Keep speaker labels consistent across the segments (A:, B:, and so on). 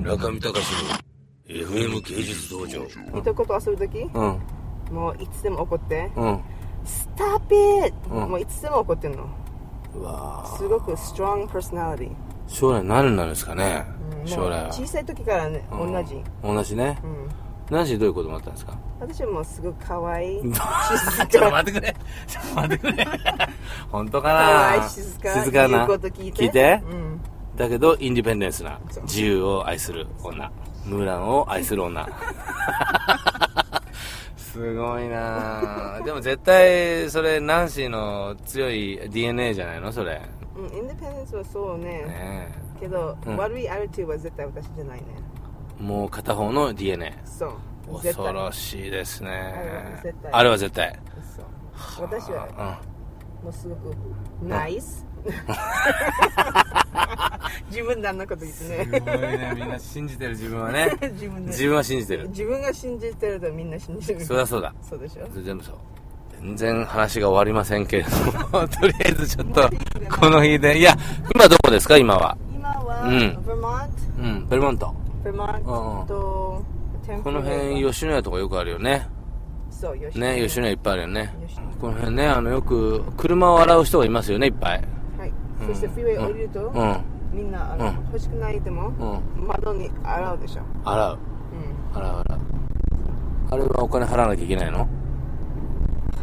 A: 中見隆の FM 芸術道場。
B: いとこと遊ぶとき
A: うん、
B: もういつでも怒って
A: うん。
B: 「スターピー
A: うん
B: もういつでも怒ってんの
A: うわぁ
B: すごくストロングパーソナリテ
A: 将来何なんですかね
B: ィ、うん
A: 将来
B: もう
A: は。
B: 小さい時からね同
A: うん
B: じ、。
A: 同じね
B: う。ん、
A: 何時どういうこともあったんですか
B: 私はもうすごく可愛い静
A: ちょっと
B: か
A: 待ってくれ。ちょっと待ってくれ。 本当
B: 可
A: か
B: 愛い
A: な
B: 静か
A: 静か
B: 言
A: な。
B: うこと聞いて
A: 聞いて
B: うん、
A: だけど、インディペンデンスな
B: そう。
A: 自由を愛する女。ムーランを愛する 女。すごいなぁでも絶対、それ、ナンシーの強い DNA じゃないのそれ。
B: うん、インディペンデンスはそうね
A: ね
B: けど、
A: うん
B: 悪いアルティは絶対私じゃないね
A: えもう片方の DNA。
B: そう絶
A: 恐
B: 対
A: ろしいですね
B: あれは絶。対
A: あれは絶対。
B: そう私はもうすごくナイス 自分であんなこと言っ てね
A: ごいね、みんな信じてる自分は ね
B: 自分で
A: 自分は信じてる。
B: 自分が信じてるとみんな信じる
A: そりゃそうだ。
B: そうでしょ
A: 全部そう。全然話が終わりませんけれども、とりあえずちょっ と、この日で、いや、今どこですか、今は。
B: 今は、
A: うん
B: ベルモント
A: うん、ベルモント。
B: ベルモ
A: うんうん
B: ントとテンプ
A: こ
B: ル
A: の辺、吉野家とかよくあるよね。
B: そう吉
A: ね、吉野家いっぱいあるよね
B: 吉野。
A: この辺ね、あの、よく、車を洗う人がいますよね、いっぱい。
B: はい、
A: うん
B: そしてフィーウェイ降りると、
A: うん、
B: みんなあの、
A: うん
B: 欲しくないでも、
A: うん。
B: 窓に洗うでしょ、
A: 洗う。
B: うん、
A: 洗う、洗う。あれはお金払わなきゃいけないの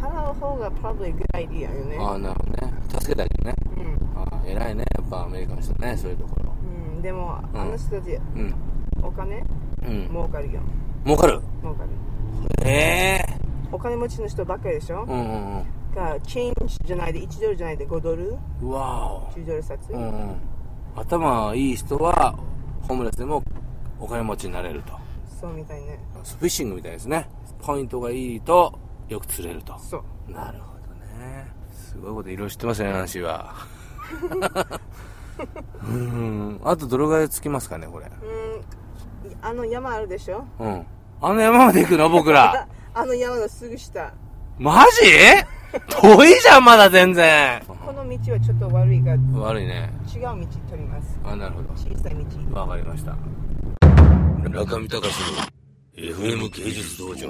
B: 払う方が probably good idea よね
A: ああ、なるほどね。助けてあげるね。
B: うん
A: ああ、偉いね。やっぱアメリカの人ね、そういうところ。
B: うん、でも、
A: うん
B: あの人たち
A: うん。
B: お金
A: うん。
B: 儲かるよ
A: 儲かる
B: 儲かる
A: ええ
B: お金持ちの人ばっかりでしょ、
A: うんうんうん。
B: だからチェンジじゃないで1ドルじゃないで5ドル
A: うわお。
B: 10ドル札、
A: うんうん。頭いい人は、ホームレスでもお金持ちになれると。
B: そうみたいね
A: フィッシングみたいですね。ポイントがいいと、よく釣れると。
B: そう
A: なるほどね。すごいこといろいろ知ってますね、話は。 うん。あとどれぐらいつきますかね、これ。
B: うんいあの山あるでしょ
A: うん。あの山まで行くの僕ら
B: あ。あの山のすぐ下
A: マジ遠いじゃん、まだ全然。
B: この道はちょっと悪いが違う
A: 悪いね。
B: 道取ります
A: あ、なるほど。
B: 小さい道
A: わかりました。中見隆の FM 芸術道場。